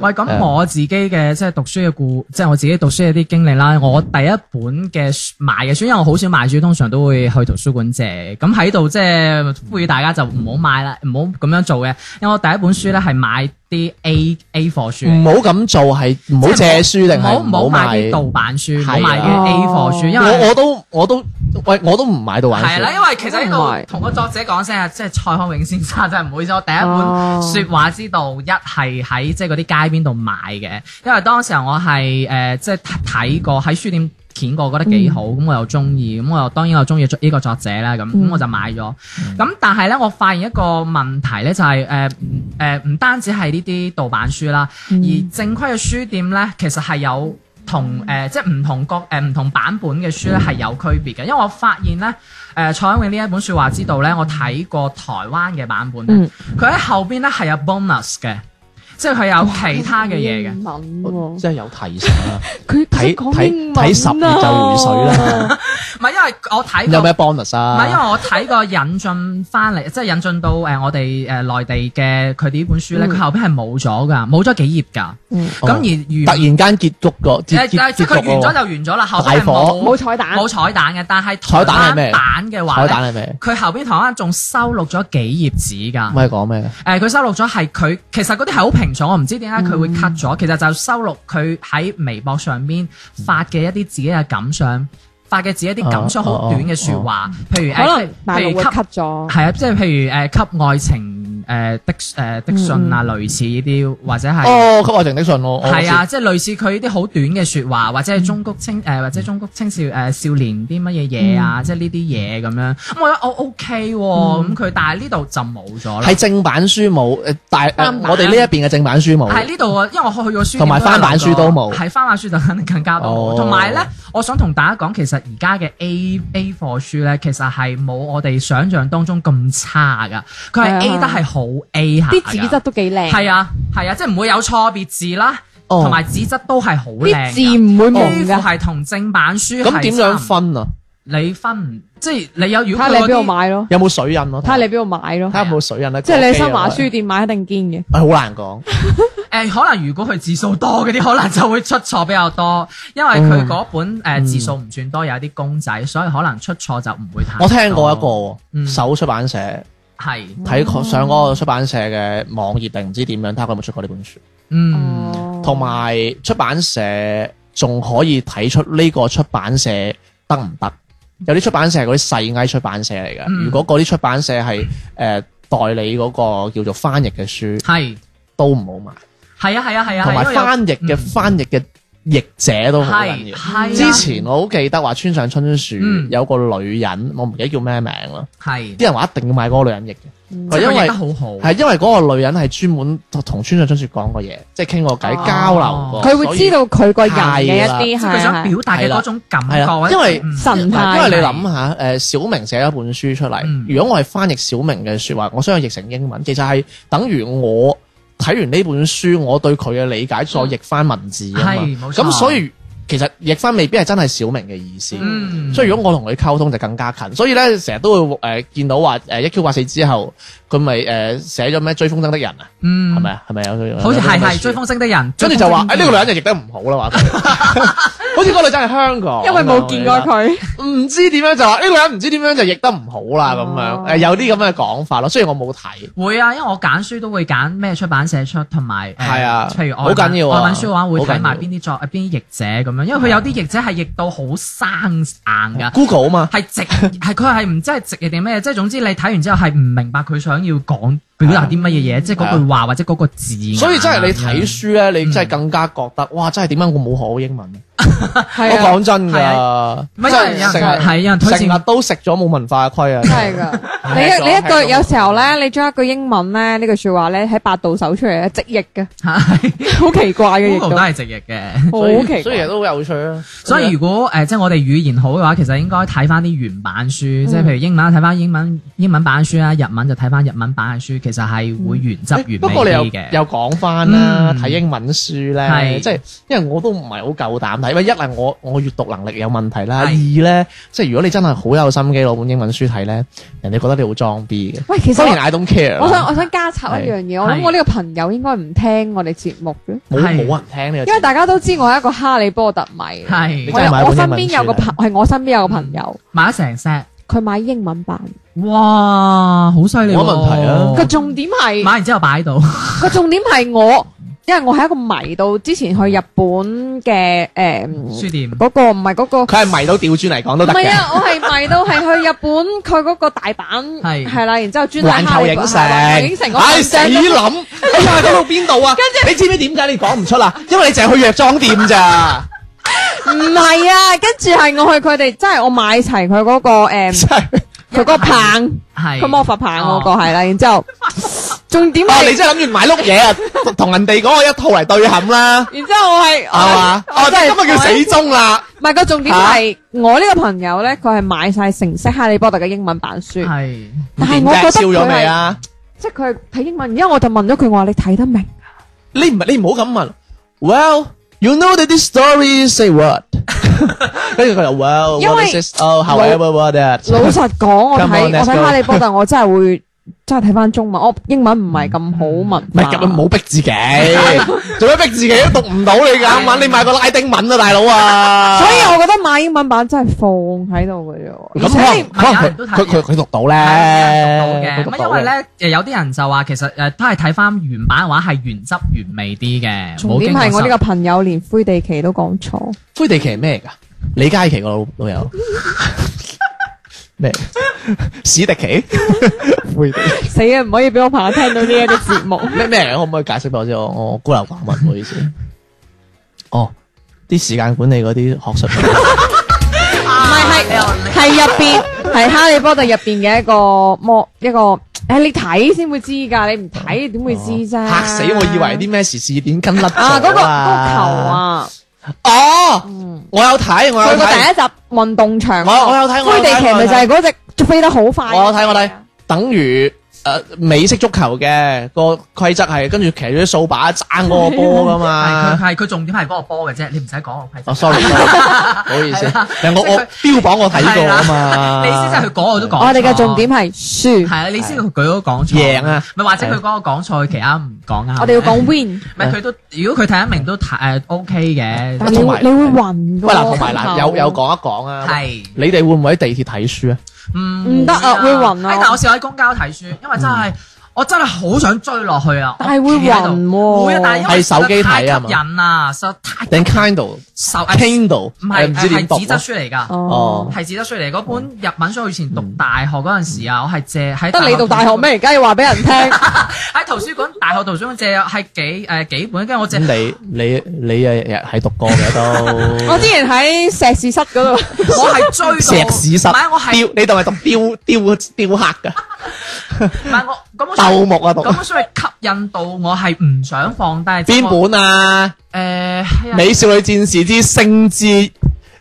喂，咁我自己嘅即係讀書嘅故，即係我自己讀書嘅啲經歷啦。我第一本嘅書買嘅書，因為我好少買書，通常都會去圖書館借。咁喺度即係呼籲大家就唔好買啦，唔好咁樣做嘅。因為我第一本書咧係買啲 A A 貨書嚟嘅
唔好咁做，係唔嗯好借書定
唔
係
好
唔
唔
好
好
買
買啲盜版書，唔好
係
買
啊哦
啲 A 貨書，因
我
為
我都我都喂我都唔買到玩
係啦，
書。
因為其實呢
我都唔係
度同個作者講聲啊，即係蔡康永先生真係唔好意思，我第一本
哦
説話之道一係喺即係嗰啲街邊度買嘅，因為當時候我係誒即係睇過喺書店。見過覺得幾
嗯
好，咁我又中意，咁我又當然我中意呢個作者啦，咁咁我就買咗。咁但係咧，我發現一個問題咧，就係誒誒唔單止係呢啲盜版書啦，
嗯
而正規嘅書店咧，其實係有
嗯
同誒、呃即係唔同國誒唔同版本嘅書咧係有區別嘅，因為我發現咧誒、呃、蔡永呢一本説話之道咧，我睇過台灣嘅版本咧啊
嗯，
佢喺、後邊咧係有 bonus 嘅。即係佢有其他嘅嘢嘅。
英文喎，
真係有提神 啊！
佢
睇
佢嗯講英文啊
睇睇十年就回水啦，
唔係因為我睇
有
過
咩 bonus
唔
啊？
係，因為我睇過引進翻嚟，即係引進到誒、呃我哋誒、呃、內地嘅佢呢本書
嗯
咧，佢、後邊係冇咗噶，冇咗幾頁㗎。咁、
哦
而
突
完
然間結局個
誒
結
誒
結
即係
結
佢
局
完咗就
喎，
完咗啦，後
大
邊係
火
冇
冇
彩蛋，
冇彩蛋嘅。但係
彩蛋係咩
台灣版嘅話
彩蛋
咧，
係咩？
佢後邊台灣仲收錄咗幾頁紙㗎
唔。係講咩？
誒佢、收錄咗係佢，其實嗰啲係好平常，我唔知點解佢會 cut
嗯
咗。其實就收錄佢喺微博上邊發嘅一啲自己嘅感想，發嘅自己一啲感想
哦
好短嘅説話，譬如誒
可能大
譬
陸
如
會
吸
cut 咗，
係啊，即係譬如誒給愛情誒的誒的信啊，類似呢啲或者係。
哦，給愛情的信咯，我
係啊，即係類似佢呢啲好短嘅説話，或者係中谷青誒、
嗯
或者中谷青少誒、少年啲乜嘢嘢啊，即係呢啲嘢咁樣。咁我覺得我 OK 喎，咁佢、但係呢度就冇咗啦
嗯係。正版書冇，誒但
翻
誒
版
我哋呢一邊嘅正版書冇，
係呢度啊，因為我去過書店
同埋翻版書都冇
係翻版書就肯定更加
哦
多。同埋咧，我想同大家講，其實而家嘅 A A 貨書咧，其實係冇我哋想象當中咁差噶，佢係
係
A
啊
得係好 A 下㗎
啲紙質都幾靚，
係啊係啊，即係唔會有錯別字啦，
哦
同埋紙質都係好靚㗎。
啲字唔會蒙
幾乎
㗎，
係同正版書
咁
點
點樣？分啊？
你分唔即係你有如
睇
果
下你
佢
喺
嗰
邊度
啲哦
買咯，
有冇水印咯？
睇下你喺邊度買咯
睇，下有冇水印啊咧？
即係你喺新華
馬
書店買一定堅嘅。
哎好難講。
誒、可能如果佢字數多嗰啲，可能就會出錯比較多，因為佢
哦
嗰本誒、
嗯
字數唔算多，有啲公仔，所以可能出錯就唔會太多。
我聽過一個喎
嗯
首出版社
係，
睇過上嗰個出版社嘅網頁定唔知點樣，睇下佢有冇出過呢本書，
嗯，
哦
同埋出版社仲可以睇出呢個出版社得唔得？有啲出版社係嗰啲細埃出版社嚟嘅，
嗯
如果嗰啲出版社係誒代理嗰個叫做翻譯嘅書，
係
都唔好
係啊係啊係
買，
啊，
同埋
因為有
翻譯嘅
嗯
翻譯嘅譯者都好緊
係
要。
係啊
之前我好記得話村上春樹
嗯
有個女人，我唔記得叫咩名啦。
係，
啲人話一定要買嗰個女人譯嘅，係
因
因
為
為
得好好，
係因為嗰個女人係專門同村上春樹講過嘢，即係傾過偈、
哦
交流過，
佢會知道佢個人嘅一啲
即係佢想
係
表達嘅嗰種感
係
覺
啦
或者
因為
嗯
神
所以。
態，
因為你諗下，誒小明寫咗本書出嚟
嗯，
如果我係翻譯小明嘅説話，我想去譯成英文，其實係等於我睇完呢本書，我對佢嘅理解再譯翻文字啊嘛
係。冇錯
咁所以其實譯翻未必係真係小明嘅意思。
嗯，
所以如果我同佢溝通就更加近，所以咧成日都會誒、呃、見到話誒一 Q 八四之後，佢咪誒寫咗咩追風箏的人啊，
嗯
係咪？啊？係咪有有
好似係
有
係追風箏的人，
跟住就話誒哎
追風箏的
呢
人
個女人就譯得唔好啦，話佢 好似嗰個女仔係香港，
因為冇見過，佢，
唔知點樣就話呢個女人唔知點樣就譯得唔好啦咁樣，誒、
哦
有啲咁嘅講法咯。雖然我冇睇，
會啊，因為我揀書都會揀咩出版社出，同埋誒
係啊
譬如外
好緊要啊
外文書嘅話會
好緊要啊
睇埋邊啲作邊啲譯者咁樣，因為佢有啲譯者係譯到好生硬噶。
Google 啊嘛，
係 直係佢係唔知係直嘅定咩？即係總之你睇完之後係唔明白佢想要講表達啲乜嘢嘢，即係嗰句話或者嗰個字眼啊。
嗯所以真係你睇書咧，你真
嗯
係更加覺得哇！真係點解我冇學好英文啊？
係
我
啊，
講真
係啊
㗎，
唔係
真
因為有
成
人
日
係有人推
成日
薦
都食咗冇文化嘅虧啊！
真係 㗎。你
係啊
一你一
講係
句有時候咧，你將一句英文咧呢句説話咧喺百度搜出嚟咧，直譯 嘅，好奇怪嘅譯
Google 都
到，
係直譯嘅。
所以
好奇
所以
怪。
都好有趣啊！
所以如果誒、呃即係我哋語言好嘅話，其實應該睇翻啲原版書，即係譬如英文啊睇翻英文英文版書啦，日文就睇翻日文版嘅書，其實係會原汁
誒
原
嗯不過你
味
又
啲嘅。
又講翻啦，
嗯
睇英文書咧，
係
即係因為我都唔係好夠膽睇，因為一係我我閱讀能力有問題啦，
係
二咧即係如果你真係好有心機攞本英文書睇咧，人哋覺得你好裝逼嘅。
喂，其實
當然啊
我
I don't care，
我想我想加插一樣嘢，我諗
係
我呢個朋友應該唔聽我哋節目嘅，
冇
係
冇人聽呢個節目，
因為大家都知我係一個哈利波特迷。
係
你
我
真係買
有
本
我身
英文
邊有個
書啊
朋係我身邊有個朋友，
買咗成 set，
佢買英文版，
哇，好犀利喎！
冇乜問題啊
個重點係。
買完之後擺喺度，
個重點係我，因為我係一個迷到之前去日本嘅诶，嗰、
書店
個唔係嗰個，
佢係迷到調轉嚟講都
唔
得
係
嘅。
啊，我係迷到係去日本佢嗰個大阪
係
係啦，然之後專睇
環
哈
球
利
影
波特
城，
環球影城嗰
唉
個
死諗，哎呀講到邊度啊？你知唔知點解你講唔出啊？因為你淨係去藥妝店 咋，
唔係啊，跟住係我去佢哋，真係我買齊佢嗰個诶， 誒
真係
佢嗰個棒，
係
佢魔法棒嗰個係啦，然之後重點
哦哦，你
係，
真係諗住買碌嘢啊，同同人哋嗰個一套嚟對冚啦。
然之後我係我
係 嘛？
我
哦，
真係
今日叫死忠啦！
唔係個重點係我呢個朋友咧，佢係買晒成式哈利波特嘅英文版書。
係
但係我覺得
燒
佢
咗未
係
啊？
即係佢係睇英文，然之後我就問咗佢，我話你睇得明？
你唔係你唔好咁問。Well, you know that this story say what？跟住佢就 Well,
因
what
為
is this? Oh, however, what that？
老實講，我
Come
睇
on,
我
let's
睇
go
哈利波 特，我真係會真係睇翻中文，我英文唔係咁好文化。
唔係咁樣，唔好逼 自己。做咩逼自己都讀唔到你噶？文你買個拉丁文啊，大佬啊！
所以我覺得買英文版真係放喺度嘅啫喎。
咁可
而且
能
你
可能佢佢佢佢讀到咧，
係有人讀到嘅，
佢讀
咁因
到
為咧，誒有啲人就話其實誒都係睇翻原版嘅話係原汁原味啲嘅，
重
冇經
點
過
係我呢
修
啊
個朋友連灰地奇都講錯，
灰地奇係咩噶？李佳琦個老老友咩？史迪奇？灰地奇
死啊！唔可以俾我朋友聽到呢一個節目。
咩咩嚟㗎？可唔可以解釋俾我知？我我孤陋寡聞，唔好意思。哦，啲時間管理嗰啲學術，
啊哎唔係係係入 邊係哈利波特入邊嘅一個魔一個，誒你睇先會知㗎，你唔睇點會知啫？
嚇死我！以為啲咩時事件跟甩咗
啊啊嗰個嗰個球！啊，
哦，我有睇，我
佢
有
個第
睇，
一集運動場嗰個，
我我有睇我
灰
有睇
地奇咪就係嗰只飛得好快。
我有睇，我睇，等於。誒美式足球嘅個規則係跟住騎住啲掃把爭嗰個波噶嘛
係佢， 係佢重點係嗰個波嘅啫，你唔使講我
哦
係。
，sorry，唔 好意思，
啊
但我我標榜我睇過啊嘛，
你意思即係佢講我都講。
我哋嘅重點係輸
哦
係，啊，你先佢都講錯。
贏啊！
咪或者佢嗰個講錯，其他唔講啱。
我哋要講 win，
唔係佢都，如果佢睇得明都睇誒 OK 嘅，
但係你
同
會
埋
你會暈㗎
喂嗱，
喎。
同埋嗱，
頭
有有講一講啊，
係
你哋會唔會喺地鐵睇書啊？
唔
唔得啊會暈啊
哎但我試過喺公交睇書，因為真係我真係好想追落去啊！
但係會暈喎
我企喺度會啊！但係因為
係手機睇啊
實在太
嘛
吸引啦，實在太
定 Kindle、
受誒
Kindle，
啊唔係
唔
係
知點讀
紙質
啊？
書嚟㗎。
哦
哦，
係紙質書嚟，嗰本日文書我以前讀大學嗰陣時啊，我係借喺
得你讀大學咩？？而家要話俾人 聽，
喺圖書館、大學圖書館借係幾誒幾本，跟住我借
咁你你你日日係讀過 嘅都，
我之前喺碩士室嗰度。
我係追到
石屎室
唔係我係
雕，你度係讀雕雕雕 刻㗎，
唔係我咁
鬥木啊讀
咁所以吸引到我係唔想放低。
邊本啊？
本？誒，
美少女戰士之星之。
誒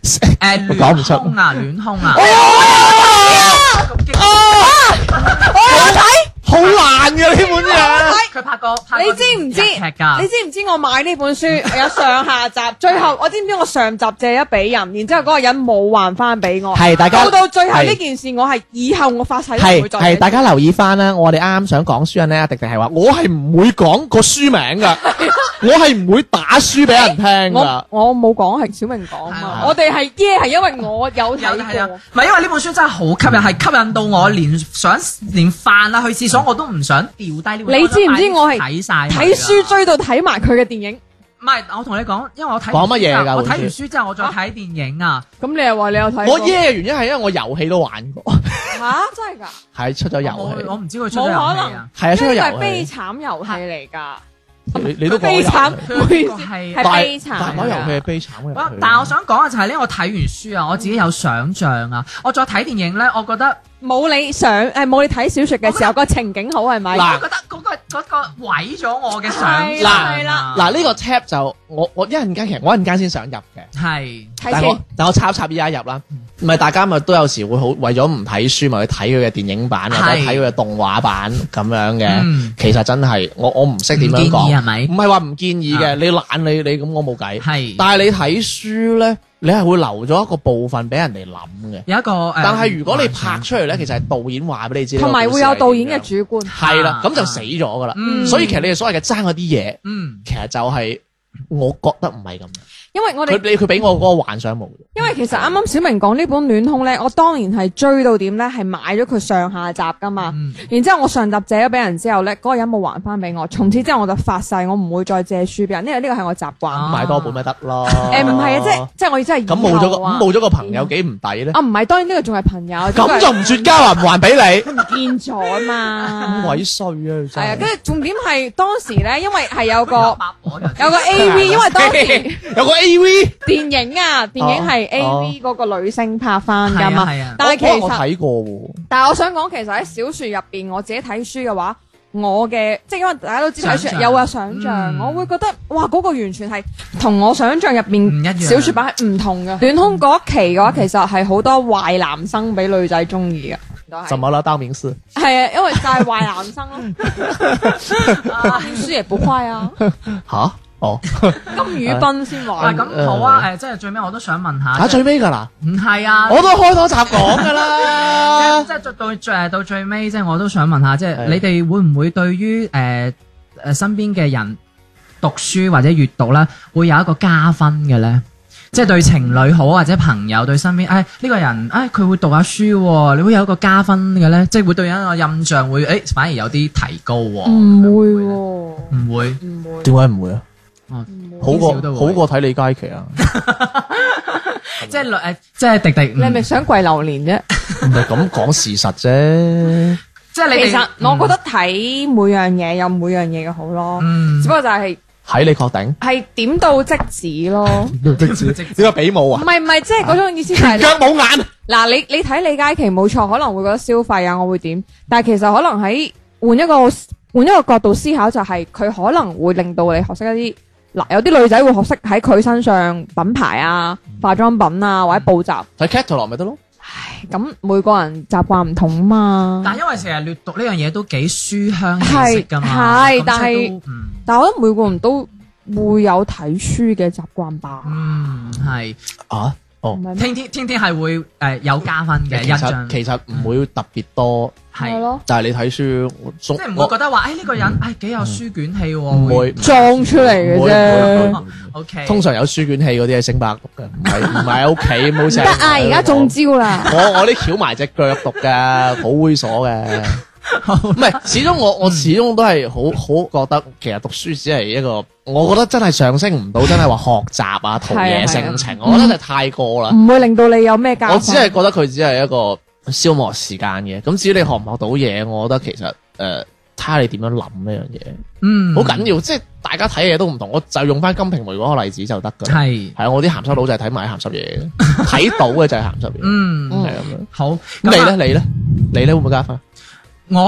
我講唔
暖
出哎
胸啊，暖胸啊，咁激
好難㗎呢本嘢，
佢拍過拍
你
過
知唔知？
日劇啊㗎？
你知唔知我買呢本書 有上下集？最後我知唔知我上集借咗俾人，然之後嗰個人冇還翻俾我。
係大家
到到最後
係
呢件事，我係以後我發誓都唔
係
會再寫
係，大家留意翻啦。我哋啱啱想講書人咧，迪迪係話我係唔會講個書名噶，我係唔會打書俾人聽
我
噶。
我冇講係小明講
係
啊
啊
嘛，我哋係耶係因為我
有
有睇
係啊
過，，
唔係因為呢本書真係好吸引，係吸引到我連想連飯啊去廁所我都唔想掉低呢本書。
你知唔知我係
睇晒佢㗎
睇書追到睇埋佢嘅電影，
唔係，我同你講，因為我睇
講乜嘢㗎
完書之後我睇
本
完
書
書之後，我再睇電影啊。
咁你又話你有睇過？
我耶嘅原因係因為我遊戲都玩過，
吓真係㗎，
係出咗遊
我
戲
我，唔知佢出咗
冇
遊
可
戲啊
能。
係啊，出咗
呢個係
遊
悲
戲。
慘遊戲嚟㗎，
你你都講
悲慘
過遊戲，
佢呢個係
係悲慘
但係玩遊戲係悲慘嘅
哇
遊戲。
但係我想講嘅就係呢，我睇完書啊，我自己有想像啊，我再睇電影呢，我覺得
冇你想誒冇你睇小説嘅時候個情景好係咪？
嗱
我覺得嗰個嗰個毀咗我嘅想像
係
啊。
嗱呢個 tap 就我我一陣間其實我一陣間先想入嘅。
係
睇
但
先
我。但我插一插依家入啦，
嗯
唔係大家咪都有時會好為咗唔睇書，咪去睇佢嘅電影版或者
係
睇佢嘅動畫版咁樣嘅
嗯。
其實真係我我唔識點樣
唔建議
講，
係咪
唔係話唔建議嘅，
啊
你懶你你咁我冇計。
係
但係你睇書咧，你係會留咗一個部分俾人哋諗嘅。
有一個呃誒，
但係如果你拍出嚟
嗯
咧，其實係導演話俾你知，
同埋會有導演嘅。主觀。
係啦，咁就
啊
死咗噶啦。
嗯
所以其實你哋所謂嘅爭嗰啲嘢，
嗯
其實就係我覺得唔係咁。
因為我
佢
哋
你佢俾我嗰個幻想冇。
因為其實啱啱小明講呢本《暖空》咧，我當然係追到點咧，係買咗佢上下集噶
啊
嘛。
嗯
然之後我上集借咗俾人之後咧，嗰、個人冇還翻俾我，從此之後我就發誓我唔會再借書俾人，因為呢個係我習慣。
啊
買多本咪得 咯。
誒唔係啊，即係即係我真係
咁冇咗個
以後啊
咁冇咗個朋友幾唔抵咧？
啊唔係，當然呢個仲係朋友，
咁就唔算交還唔還俾你，
唔見咗啊
咁
嘛。
鬼衰
係
啊！
啊，
真
跟住重點係當時咧，因為係有個
有八婆嘅
有個 A V，因為當時。
係有個 A V，
電影啊，電影係 A.V. 嗰個女星拍翻噶嘛
哦係啊係啊，
但係其
我我
實，
睇過喎，
但係我想講，其實喺小說入邊，我自己睇書嘅話，我嘅即係因為大家都知睇
想
書
像
有啊想像，
嗯
我會覺得哇嗰個完全係同我想像入
唔一嗯
邊
樣
小說版係唔同嘅。暖空嗰一期嘅話，其實係好多壞男生俾女仔中意嘅，都係
怎麼啦？當名師
係啊，因為就係壞男生 咯。啊，輸亦不乖啊，
吓？哦，
金宇彬先
喂，
壞。
咁好啊，誒，即係最尾我都想問下，
啊嚇最尾㗎啦，
唔係啊，
我都開多集講㗎 啦
即。係即係到最誒到最尾，即係我都想問下，即係
哦係
你哋會唔會對於誒誒身邊嘅人讀書或者閱讀咧，會有一個加分嘅咧？即係對情侶好，或者朋友對身邊，誒、哎、呢、個人，誒、哎、佢會讀下書喎，你會有一個加分嘅咧，即係會對人一個印象會，誒、反而有啲提高喎。
唔會
會
喎，
呢
唔
唔 會，
會。
點解唔會啊？
唔會
好過
少都會
好過睇李佳 琦啊！
即係誒、呃即係迪迪，
你係咪
嗯
想跪榴蓮啫？
唔係咁講事實 啫。
即係你哋
其實我覺得睇每樣嘢有每樣嘢嘅好咯，
嗯，
只不過就係
喺你確定？
係點到即止咯。唔
點解比武 啊？
係唔係，即係嗰種意思就係
冇眼。
嗱，你你睇李佳琦冇錯，可能會覺得消費啊，我會點？但係其實可能喺換一個換一個角度思考，就係佢可能會令到你學識一啲嗱，有啲女仔會學識喺佢身上品牌啊、化妝品啊或者補習。
睇 catalog 咪得咯。
咁每個人習慣唔同啊嘛。
但係因為成日閱讀呢樣嘢都幾書香意識㗎嘛，
係係
咁
但係
所以都嗯。
但我覺得每個人都會有睇書嘅習慣吧。
嗯，系
啊，
唔係咩？
天天天天系会诶有加分嘅
其
印
實
象，
其實唔會特別多，
係
系
咯，
就係你睇書，我即
即系唔会觉得话诶呢个人诶几有書卷氣喎，
唔會。
裝出嚟嘅
唔會唔會唔
啫。啊
會唔會
O K，
通常有書卷氣嗰啲喺星巴克讀嘅，唔係唔係喺屋企冇
得
成。
啊！而家中招啦。
我我啲翹埋只腳讀 嘅，好猥瑣嘅。唔係，始終我
嗯
我始終都係好好覺得，其實讀書只係一個，我覺得真係上升唔到，真係話學習啊、陶
係啊係啊
冶性情，我覺得係太過啦。
唔會令到你有咩加分。
我只係覺得佢只係一個消磨時間嘅。咁至於你學唔學到嘢，我覺得其實誒。呃睇下你點樣諗呢樣嘢，
嗯
好緊要，即係大家睇嘢都唔同，我就用翻金瓶梅嗰個例子就得㗎啦。
系
係啊，我啲鹹濕佬就係睇埋啲鹹濕 嘢嘅，睇到嘅就係鹹濕嘢，
嗯
係咁樣。
好
咁
咁啊
你咧？你咧？你咧會唔會加分？啊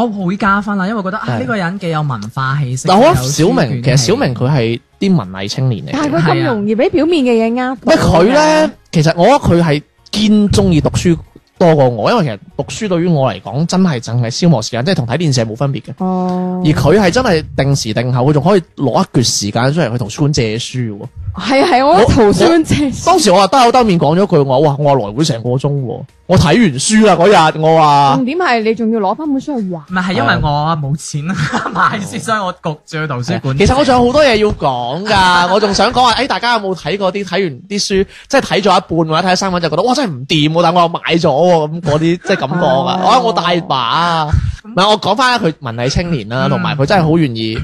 我會加分啦，因為覺得啊
係
呢個人幾有文化氣息。
嗱，我覺
有
得小
書卷
明其實
氣
小明佢係啲文藝青年嚟
但
嘅
係，佢咁容易俾表面嘅嘢呃到
咩
嘅。
佢
哦
咧？其實我覺得佢係堅中意讀書多過我，因為其實讀書對於我嚟講真係淨係消磨時間，即係同睇電視係冇分別嘅。
哦
而，佢係真係定時定候，佢仲可以攞一橛時間出嚟去圖書館借書喎。
係啊係，我覺得圖書館借書
當時我話兜口兜面講咗句，我話哇，我話來回成個鐘喎，我睇完書啦嗰日，我話
重點係你仲要攞翻本書去還。
唔係啊係因為我冇錢 買先，所以我焗住去圖書館。
哎其實我仲有好多嘢要講㗎， 我仲想講話，誒、哎大家有冇睇過啲睇完啲書，即係睇咗一半或者睇咗三分就覺得，哇，真係唔掂喎，但我又買咗喎，咁嗰啲即係咁講啊，
哦
哇，我大把啊，唔係我講翻佢文藝青年啦，
嗯
同埋佢真係好願意。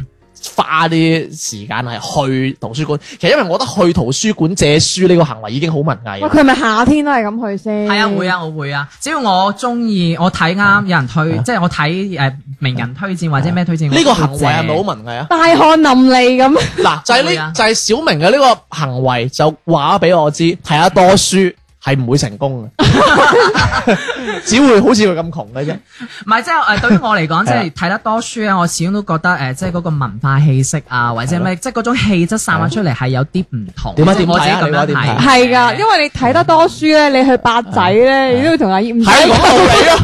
花啲時間係去圖書館，其實因為我覺得去圖書館借書呢個行為已經好文藝啊
喂，
啦。
佢係咪夏天都係咁去先？
係啊，會。啊，我會啊。只要我中意，我睇啱有人推，即係我睇誒名人推薦或者咩推薦，
啊呢個
我都會
行為係咪好
借
文藝啊？
大汗淋漓咁，
嗱，就係
會啊
呢，就係小明嘅呢個行為就話俾我知，睇得多書係唔會成功 嘅，只會好似佢咁窮嘅啫。
唔係，即係 誒，對於我嚟講，即
係啊
係睇得多書啊，我始終都覺得誒，即係嗰個文化氣息啊，或者咩，即係嗰種氣質散發出嚟係有啲唔同。
點啊
即係我自己
點睇啊
咁樣
你話點
睇
睇
係㗎，因為你睇得多書咧，你去八仔咧，你都要同阿葉唔
係講道理啊，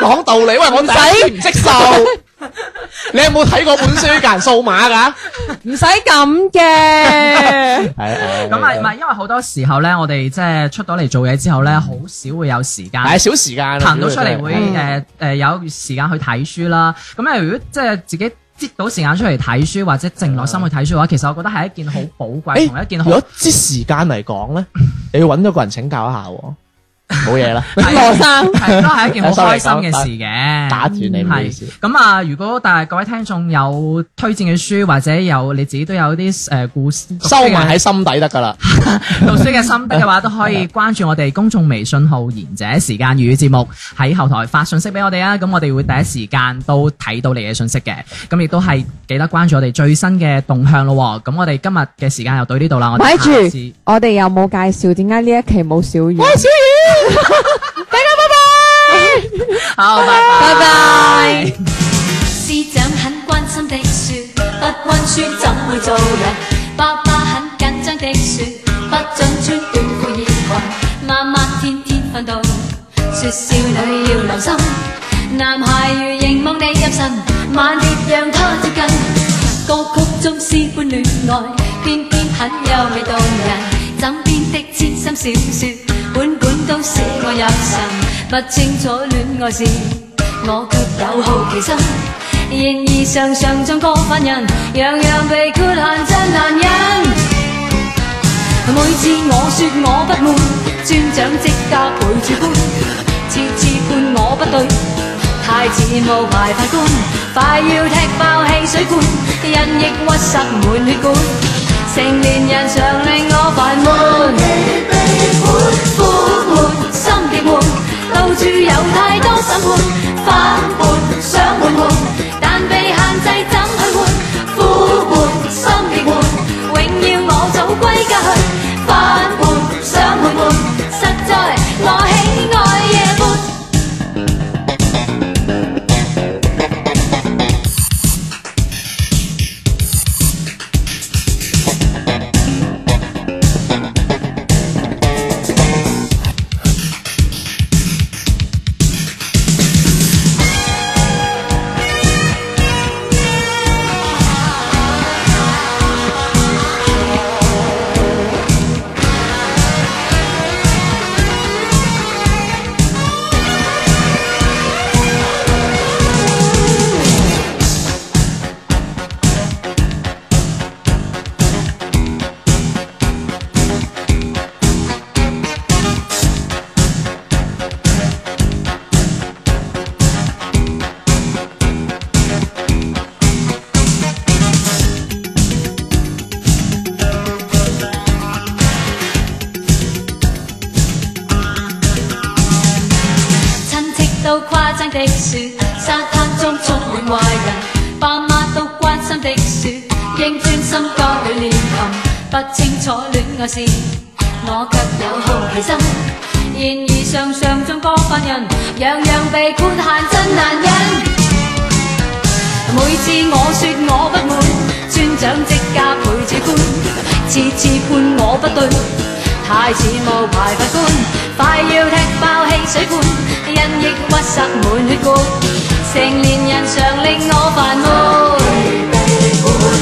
講道理。喂，我第一次唔識受，你有冇睇過本書教人數碼㗎？
唔使咁嘅。
係係
咁啊，唔係，因為好多時候咧，我哋即係出到嚟做嘢之後咧，好少會有時間。
係少時間啊
騰到出嚟會
主要係
誒誒有時間去睇書啦。咁啊咧，如果即係自己擠到時間出嚟睇書，或者靜落心去睇書嘅話，其實我覺得係一件好寶貴同埋一
誒
件
如
好
果知時間嚟 講咧，你要揾咗個人請教一下喎。冇嘢啦，
羅生，
係啊都係一件好開心嘅事嘅。
打斷你唔好意思
係。咁啊！如果但係各位聽眾有推薦嘅書，或者有你自己都有啲誒、呃故事
收埋喺心底得㗎啦。
讀書嘅心得嘅話，都可以關注我哋公眾微信號「賢者時間粵語節目」，喺後台發信息俾我哋啊！咁我哋會第一時間都睇到你嘅信息嘅。咁亦都係記得關注我哋最新嘅動向咯喎。咁我哋今日嘅時間又到呢度啦，我哋
咪
下
住
次，
我哋有冇介紹點解呢一期冇小雨？啊
好，拜拜。
拜。
師長很關心的說，不溫書怎會做人？爸爸很緊張的說，不准穿短褲熱裙。媽媽天天訓導，说少女要留心，男孩如凝望你入神，猛烈让他接近。歌曲中詩般戀愛，偏偏很有味動人。枕邊的痴心小説，本本都使我入神。不清楚戀愛事，我卻有好奇心。然而常常像過犯人，樣樣被豁限真難忍。每次我說我不滿，尊長即刻陪住搬，次次判我不對，太似冒牌法官，快要踢爆汽水罐，因抑鬱塞滿血管，成年人常令我煩悶。苦悶心極悶，到處有太多審判，反叛想換換，但被限制怎去換？苦悶心極悶，永要我早歸家去。反叛想換換，實在我喜愛夜半。親戚都誇張的説，沙灘中充滿壞人，爸媽都關心的説，應專心歌裏練琴，不清楚戀愛事，我卻有好奇心。然而常常中過分人，樣樣被寬限真難忍。每次我說我不滿，村長即刻陪住官，次次判我不對，太似冒牌法官，快要踢爆汽水罐，因抑鬱塞滿血管，成年人常令我煩悶。